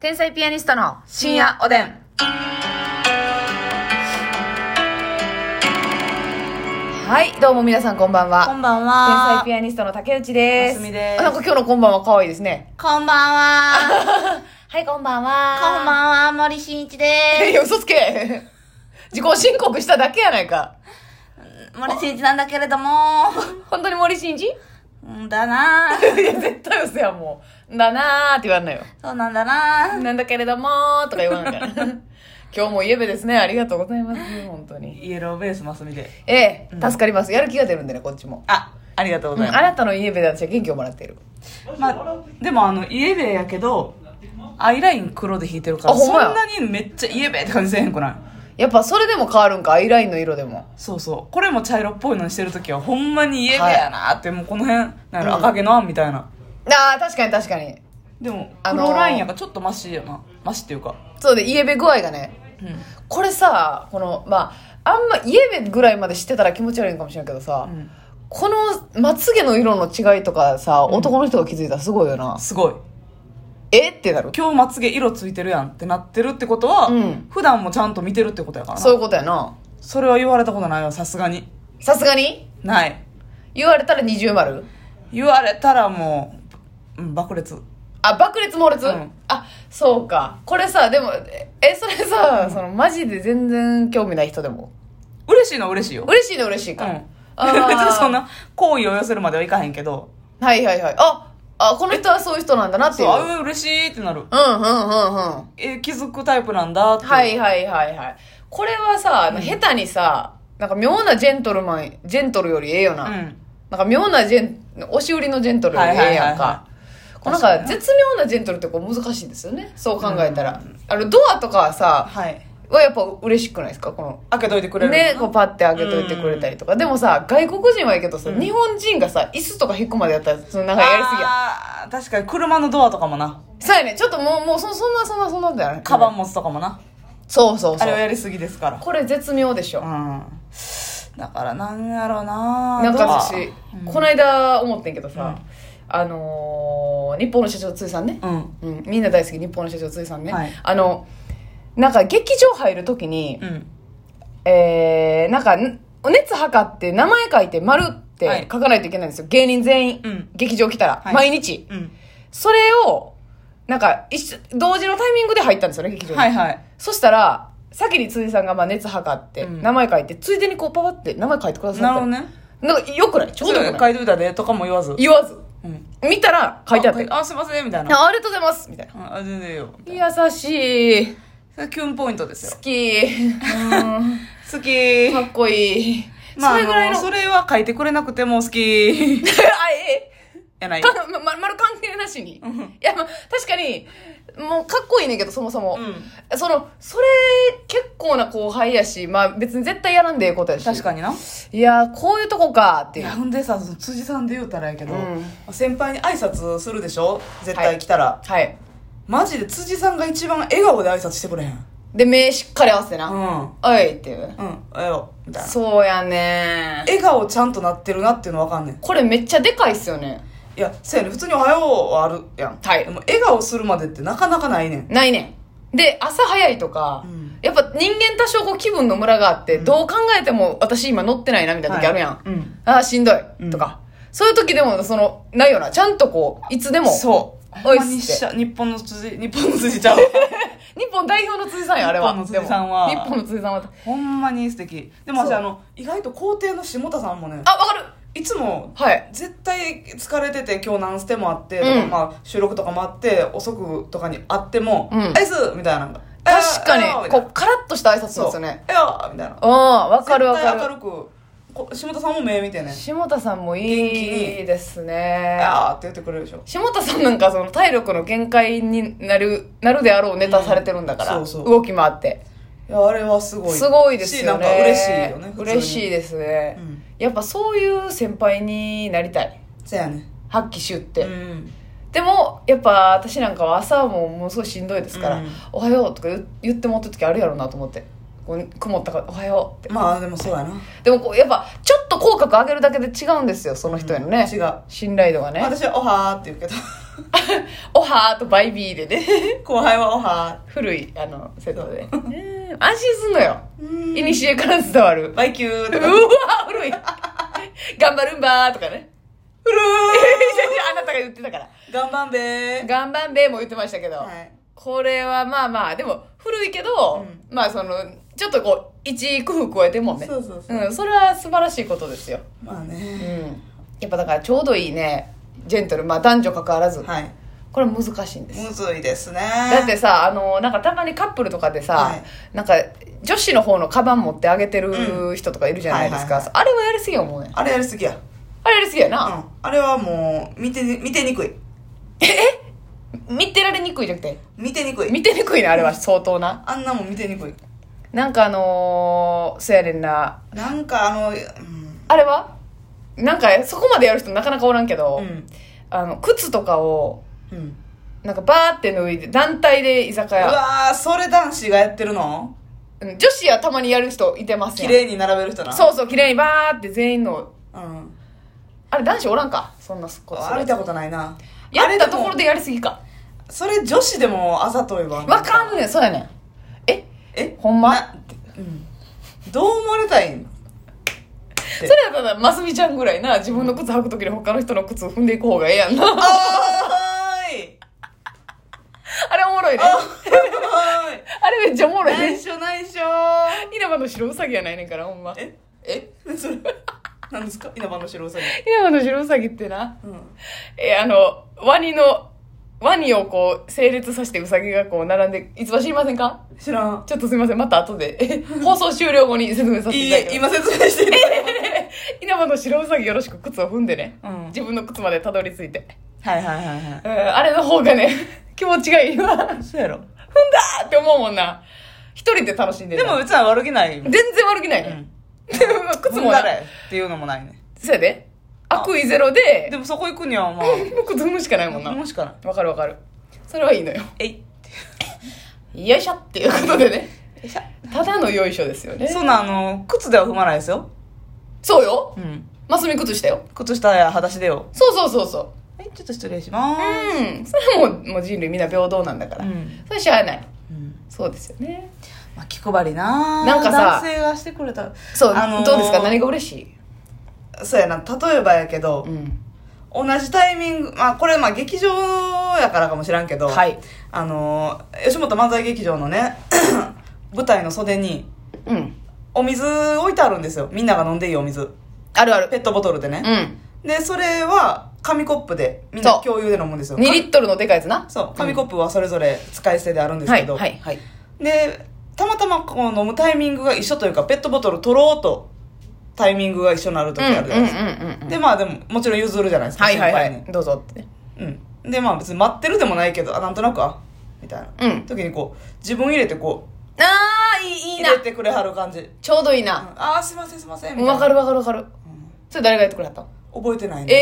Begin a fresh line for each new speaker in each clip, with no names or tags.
天才ピアニストの深夜おでん。はい、どうも皆さんこんばん
こん
は。
ばん
天才
は。
ピアニストの竹内です。
ますみです
あなんか今日のこんばんは可愛いですね。
こんばん は。
はい、こんばんは
こん
ん。
ばんは、森進一
え、
で
嘘つけ。自己申告しただけやないか。
す。森進一なんだけれども、
本当に森進一い
うん だなぁ
や、絶対嘘や、もう。だなーって言わんないよ。
そうなんだなぁ
なんだけれどもーとか言わんから。 今日もイエベですね。ありがとうございます。本当に。
イエローベースマスミで。
ええ、助かります。やる気が出るんでね、こっちも。
あ、ありがとうご
うん、あなたのイエベで私は元気をもらっている。
す。まあ、でもあの、イエベやけど、アイライン黒で引いてるか
あ
ら、
ほん
そん
まや
なにめっちゃイエベって感じせえへんくない
やっぱそれでも変わるんか、アイラインの色でも。
そうそう。これも茶色っぽいのにしてるときは、ほんまにイエベやなって、もうこの辺、なんやろ、
うん
赤毛のあんみたいな。
ああ、確かに確かに。
でも、
あのー
黒ラインやからちょっとマシやな。マシっていうか。
そうで、イエベ具合がね。
うん。
これさ、この、まあ、あんまイエベぐらいまで知ってたら気持ち悪いんかもしれんけどさ、
うん
このまつげの色の違いとかさ、男の人が気づいたらすごいよな。
すごい
えってなる。
今日まつげ色ついてるやんってなってるってことは、
うん
普段もちゃんと見てるってことやからな
そういうことやな。
それは言われたことないわさすがに
さすがに
ない
言われたら二重丸
言われたらもう、うん、爆裂
あ、爆裂猛烈、
うん
あ、そうか。これさ、でも、え、それさ、その、マジで全然興味ない人でも。
嬉しいのは嬉しいよ
嬉しいの嬉しいか。
うん
あ
別
ー
にそんな好意を寄せるまではいかへんけど
はいはいはい。あ、あ、この人はそういう人なんだなってい。
そうう
う
あうん嬉しいってなる
んうんうんうん。
え気づくタイプなんだって
はいはいはいはい。これはさ、下手にさ、なんか妙なジェントルマン、ジェントルよりええよ
う
な。
ん
なんか妙なジェン、押し売りのジェントルよりええやんか。こうなん
確
か
かに
絶妙なジェントルってこう難しいですよね。そう考えたら。あの、ドアとかはさ、
はい
はやっぱ嬉しくないですかこの。
開けといてくれる
ね、こうパッて開けといてくれたりとか。でもさ、外国人はいいけどさ、日本人がさ、椅子とか引くまでやったら、そのなんかやりすぎや。
あー確かに車のドアとかもな
そうやね、ちょっともう、もうそ、そんなそんなそんなんだよね。
カバン持つとかもな、
そうそう
あ
そ
れは
う。
やりすぎですから
これ絶妙でしょ。
うんだからなんやろうな
なんか
ド
私、この間思ってんけどさ、
う
あのー日本の社長通さんね、
アうん
うん、みんな大好き日本の社長通さんね、
はい
あの、なんか劇場入るときに、
うん
えー、なんか、ん熱測って名前書いて丸って
はい
書かないといけないんですよ。芸人全員。
うん
劇場来たら、
はい
毎日。
うん
それを、なんか一緒、同時のタイミングで入ったんですよね、劇場に。
はいはい
そしたら、先に辻さんがまあ熱測って、
うん
名前書いて、ついでにこうパパって名前書いてくださった
なるほどね
なんか、よくないち
ち
ょうどよくな
書
い
いといたでとかも言わず
言わず。
うん
見たら書いてあって、あ
あすいませんみたいな
ありがとうございますみたいな。
あ全然よ
優しい。
それキュンポイントですよ
好き。うん
好 き
かっこいい。
まあ
それぐらい
あ
の。
のそれは書いてくれなくても好 き
あ、ええ。
やない
か ま、まる関係なしに。いや、まあ、確かに、もうかっこいいねんけど、そもそも。その、それ、結構な後輩やし、まあ別に絶対やらんでええことやし。
確かにない
やー、こういうとこかって
い
いう
や。ほんでさその辻さんで言うたらやけど、
うん
先輩に挨拶するでしょ絶
は
対
い
来たら、
はい。
マジで辻さんが一番笑顔で挨拶してくれへん
で、目しっかり合わせて
う
な。
ん
おいっていう。
うんええよみたいな
そうやね
笑顔ちゃんとなってるなっていうの分かんねん
これめっちゃでかいっすよね。
いやせやねん普通に「おはよう」はあるやん
はい
でも笑顔するまでってなかなかないねん
ないねん。で、朝早いとか、
うん
やっぱ人間多少こう気分のムラがあって、どう考えても私今乗ってないなみたいな時あるやん。
はいうん
ああ、しんど
う
い。
ん
とか、そういう時でも、その、ないよな。ちゃんとこう、いつでも。
そう
おいっ
ほんまに
すって
しゃ日本の辻日本の辻ちゃう
日本代表の辻さんや、あれは。
日本の辻さんは
でも日本の辻さんは。
ほんまに素敵でも私
そう
あの意外と皇帝の下田さんもね
あ、わかる
いつも
はい。
絶対疲れてて今日何ステもあって、
うん
とかまあ、収録とかもあって遅くとかに会っても「
うん
アイス!」みたいなのが
確
ええよ
か
み
に、こ
たいな
う、カラッとした挨拶し
そう
ますよね。
ええよみたいな
うん、わかるわか
絶対明
る。
るくこ下田さんも目見てね
下田さんも
元気
いい
に
です
「
ね。
あー」って言ってくれるでしょ
下田さんなんかその体力の限界になる、なるであろうネタされてるんだから、
うんそうそう
動き回って。
いやあれはすごい
すごいですよね。
しなんか嬉しいよね普通に
嬉しいですね、
うん
やっぱそういう先輩になりたい。
そうやね
発揮しゅって。
うん
でも、やっぱ私なんかは朝ももうすごいしんどいですから、
うん
おはようとか言言ってもらった時あるやろうなと思って。こう曇ったから、おはようって。
まあでもそうやな
でもこう、やっぱちょっと口角上げるだけで違うんですよ、その人へのね。
違う
信頼度がね。
私は「おはー」って言うけど
オハーとバイビーでね
後輩はオハ
古いあのセットで
そ
うん安心すんのよ
ー
いにしえから伝わる
バイキュー
う
と
わ
か
古い 頑張るんばーとかね
フ ル
あなたが言ってたから
ー頑張んべー
頑張んべーも言ってましたけど、
はい
これはまあまあでも古いけど、
う
まあそのちょっとこう一工夫超えてんもんね、
そうそうそうん
それは素晴らしいことですよ、
まあ
うん
ね、
やっぱだからちょうどいいねジェントルまあ男女関わらず、
はい
これ難しいんです
むずいですね
だってさあのなんかたまにカップルとかでさ、
はい
なんか女子の方のカバン持ってあげてる人とかいるじゃないですか、
はいは
あれはやりすぎや思うねん
あれやりすぎや
あれやりすぎやな、
うんあれはもう見てに見てにくい
見てられにくいじゃなくて
見てにくい
見てにくいなあれは相当な
あんなもん見てにくい
なんかあのー、そうやねんな
なんかあの、うん
あれはなんかそこまでやる人なかなかおらんけど、あの靴とかを
うん、
なんかバーって脱いで団体で居酒
う
屋
わーそれ男子がやってるの
うん女子はたまにやる人いてます
綺
やん
麗に並べる人なう、
そうそう綺麗にバーって全員の
うん、
あれ男子おらんかそんなことす
あ
る
れ見たことないな
やったとこ
あれ
ろ
でも
でやりすぎか
それ女子でもあざといわ
わかんねんそうやねんえ
え
ほんま
なうん、どう思われたいん
それはただますみちゃんぐらいな自分の靴履く時に他の人の靴を踏んでいく方がええやん な
おーい
あれおもろいね
おーい
あれめっちゃおもろい
内
ね
緒内緒
稲葉の白ウサギやないねんからほんま
え
え
それ 何ですか稲葉の白うさぎ
稲葉の白ウサギってな
うん
えーあの、ワニの、ワニをこう、整列させてウサギがこう、並んで、いつは知りませんか
知らん
ちょっとすみません、また後で。 え放送終了後に説明させて
い
い
い
ただき
え
ます。
今説明してる
稲葉の白ウサギよろしく靴を踏んでね。
うん
自分の靴までたどり着いて。
はいはいはいは
うん、あれの方がね、 気持ちがいい わ。踏んだ
いそうやろ
ーって思うもんな。一人で楽しんで
で
る。
も、うちは悪気ない
全然悪気ないね。でも靴
踏ん
も
だ
な、
れっていうのもないね
そうやで。悪意ゼロで、
でもそこ行くには
も
ま
う靴踏むしかないもんな。
あもしかない
わかるわかる。それはいいのよ。
えいっ
よいしょっていうことでね。
てしゃ
ただのよいしょですよね。
そんなあの靴では踏まないですよ
そうよ。
うん
マスミ靴下よ。
靴下や裸足でよ
そうそうそうそう。
はいちょっと失礼しま
うん。それはもうもう人類みんな平等なんだか
す
ら。
ん、
それはしゃあない。
うん
そうですよね。
まあ、気配りな
なんかさ
男性がしてくれた
そう、
あのー
どうですか何が嬉しい
そうやな例えばやけど、
ん。
同じタイミングまあこれまあ劇場やからかもしらんけど
はい
あのー吉本漫才劇場 のね舞台の袖に
うん。
お水置いてあるんですよみんなが飲んでいいお水
あるある。
ペットボトルでね、
う
でそれは紙コップでみんな
そう
共有で飲むんですよ
ん。2リットルのでかいやつな。
そう紙コップはそれぞれ使い捨てであるんです
は
け
い。
ど、
はい。はい。
でたまたまこの飲むタイミングが一緒というかペットボトル取ろうとタイミングが一緒になる
う
時
ん
あ
うん
るじゃないですか、
うんうんうん。
でまあでももちろん譲るじゃないですか
はいはいは
先
い。どうぞって。
輩にうんでまあ別に待ってるでもないけどあなんとなくあみたいな、
うん
時にこう自分入れてこう
あー、いいいい
入
な
れ。てくれはる感じ、うん
ちょうどいいな。
あーすいませんすいませんみたいな
わかるわかるわかる。それ誰がやってくれはったん
覚えてないね
え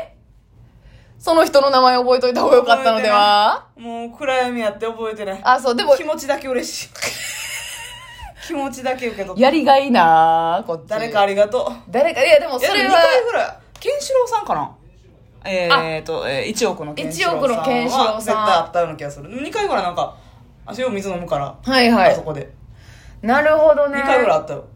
えー、その人の名前覚えといた方がよかったのでは
もう暗闇やって覚えてない
あ、そう、でも
気、持ちだけ 嬉しい気持ちだけ受け取った
やりがいいなあこっち。
誰かありがとう
誰か、いやでも
え
そ
でも
れ
2
は、
回ぐらいケンシロウさんかなえー、っと、えー、1億のケンシロウさんは
一億のケンシロウさん
絶対あったような気がする2回ぐらいなんか足を水飲むから、
はいは
あそ
い。
こで
なるほどね。
2回ぐらいあったよ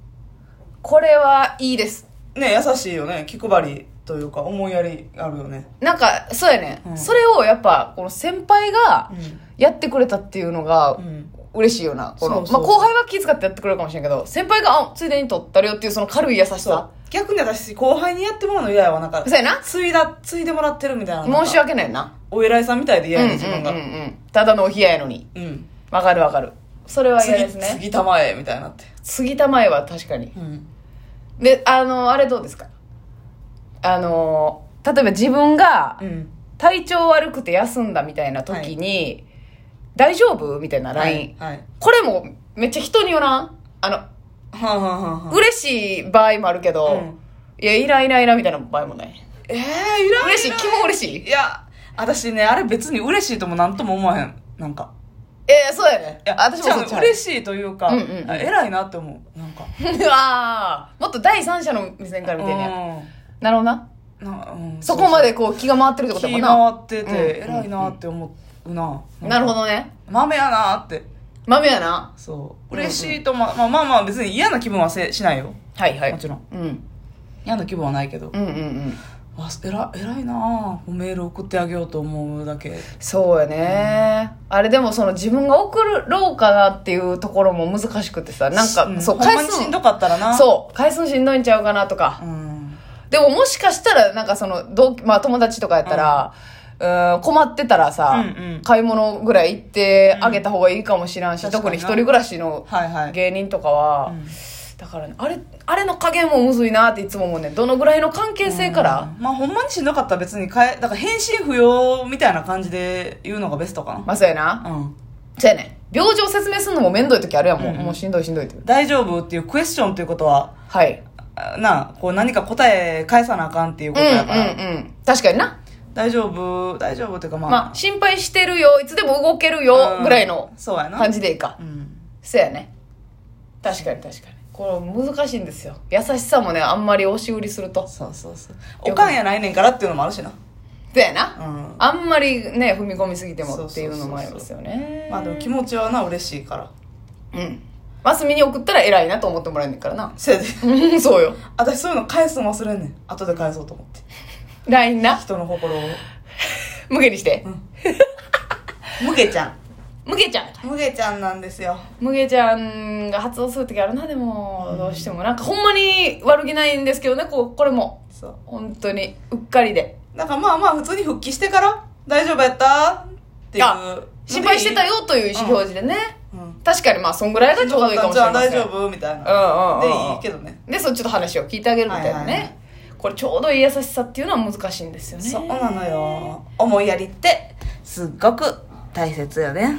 これはいいです。
ね優しいよね気配りというか思いやりあるよね
なんか、そうやね、
うん
それをやっぱ、この先輩が
う
やってくれたっていうのが
ん、、
嬉しいよな。この、
そうそうそう
まあ後輩は気遣ってやってくれるかもしれんけど、先輩が、あ、ついでに取ったるよっていうその軽い優し
そ
さ
う。逆に私後輩にやってもらうの嫌やわなんか
そうやな。
ついだついでもらってるみたいななんか
申し訳ないな。
お偉いさんみたいで
うん
嫌
う
や
ん
ね
うん
自分が
うん。ただのお冷ややのに。
うん
わかるわかる。それは嫌です
次、
ね。
次玉へみたいになって、
杉田前は確かに。で、あの、あれどうですかあの、例えば自分が
うん
体調悪くて休んだみたいな時に、大丈夫みたいな LINE、
はいはい
これもめっちゃ人によらんあの、
はあ、はあはあはあ、
嬉しい場合もあるけど、
うん
いや、イライライラみたいな場合もない。
ええー、いらん
嬉しい、
らん
気も嬉しい。
いや私ねあれ別に嬉しいとも何とも思わへんなんか
えー、そうやね。
いや
私もそっち
じゃあ
派
嬉しいというか、
うんうんうん
あ偉いなって思うなんか
うわーもっと第三者の目線から見てんねや。
うん
なるほどな。
なうん
そこまでこう気が回ってるってことやも
気
んな
回ってて、
うん
偉いなって思うな、
なるほどね
豆やなって
豆やな
そう嬉しいとま,、まあまあまあ別に嫌な気分はせしないよ
はいは
もちろん
うん、うん
嫌な気分はないけど、
うんうん
あ偉偉いなあメール送ってあげようと思うだけ
そうやね、あれでもその自分が送ろうかなっていうところも難しくてさなんか、
うん
そう
ほんま
返
にし
す
ん
の
どかったらな
そう返すのしんどいんちゃうかなとか、
うん
でももしかしたらなんかその同期、まあ、友達とかやったら、うん困ってたらさ、
うんうん
買い物ぐらい行ってあげた方がいいかもしらんし、
うん
特に一
確かにな
人暮らしの
はいはい、
芸人とかは、だからねあれあれの加減もむずいなっていつも思うねんどのぐらいの関係性から、
まあほんまにしんどかったら別に変えだから返信不要みたいな感じで言うのがベストか
まあそうやな、
なうん
そうやねん病状説明するのも面倒い時あるやんもう,、
うんうん
もうしんどいしんどいって
大丈夫っていうクエスチョンということは
はい
あなあこう何か答え返さなあかんっていう
う
こ
ん
と
うん
やから、
うん確かにな
大丈夫大丈夫っていうかまあ、
まあ心配してるよいつでも動けるよ
うん
ぐらいの
そうやな
感じでいいか、
うん
そうやね確かに確かにこれ難しいんですよ優しさもねあんまり押し売りすると
そうそうそうおかんやないねんからっていうのもあるしな
そうやな、
うん
あんまりね踏み込みすぎてもっていうのもありますよね
まあでも気持ちはな嬉しいから
うんマスミに送ったら偉いなと思ってもらえんねんからな
せやで
うんそうよ
私そういうの返すの忘れんねん後で返そうと思って
LINE な
人の 心を
無ゲにして
むげちゃ
無ゲちゃん
んむげちゃんなんですよ
無ゲちゃんが発音する時あるなでもどうしてもなんかほんまに悪気ないんですけどねこうこれも
そう
本当にうっかりで
だからまあまあ普通に復帰してから大丈夫やったっていう
あ心配してたよという意思表示でね、
うん
確かにまあそんぐらいがちょうどいいかもし
じ
れ
ゃあ
ません
大丈夫みたい
うん
な
うん
で
うんうん
いいけどね
でそっちの話を聞いてあげるみたいなね、
はいはいはい
これちょうどいい優しさっていうのは難しいんですよね
そうなのよ思いやりってすっごく大切よね